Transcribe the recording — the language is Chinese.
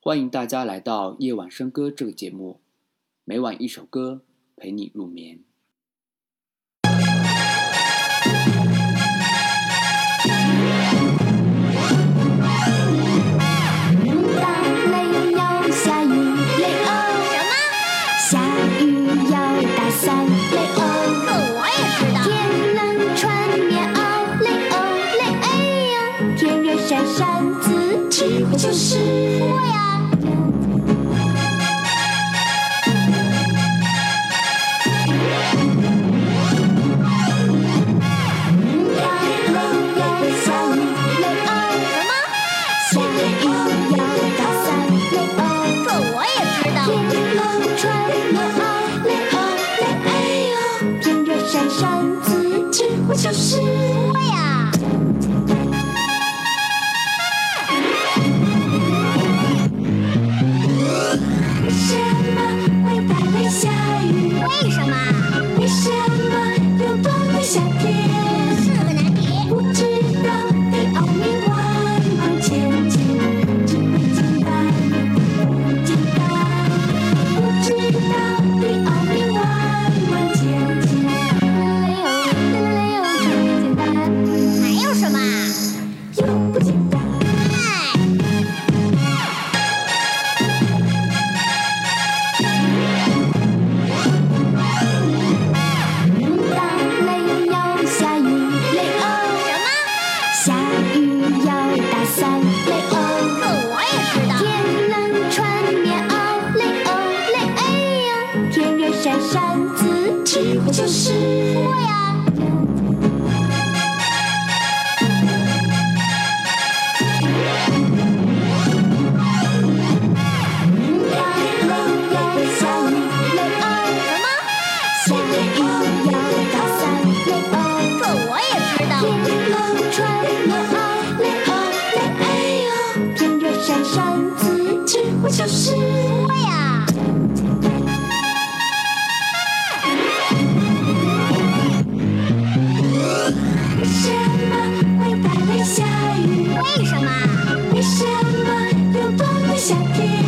欢迎大家来到《夜晚笙歌》这个节目，每晚一首歌陪你入眠。明白没有？下雨嘞哦，什么？下雨要打伞嘞哦，我也知道。天冷穿棉袄嘞哦嘞哎呦，天热扇扇子，几乎就是我呀。明白没有？下雨嘞哦，什么？下雨要打伞嘞哦。这我也知天冷穿棉袄，嘞哦嘞道。哎呦，天热扇扇子，几乎就是我呀。为什么会打雷下雨？为什么？为什么又到了夏天？是个难题。不知道得奥秘往往前进，只会简单，不简单。不知道得奥秘往往前进，嘞哦嘞哦，只会简单，还有什么？又不简单。哎，明白嘞要下雨嘞哦，什么？下雨要打伞嘞哦。这我也知道。天冷穿棉袄，嘞哦嘞哎呦，天热扇扇子，几乎就是我呀。明白没有？下雨嘞哦，什么？下雨要打伞嘞哦。这我也知道天。冷穿棉袄，嘞哦嘞哎呦，天热扇扇子，几乎就是我对呀。为什么会打雷下雨？为什么？为什么又到了夏天？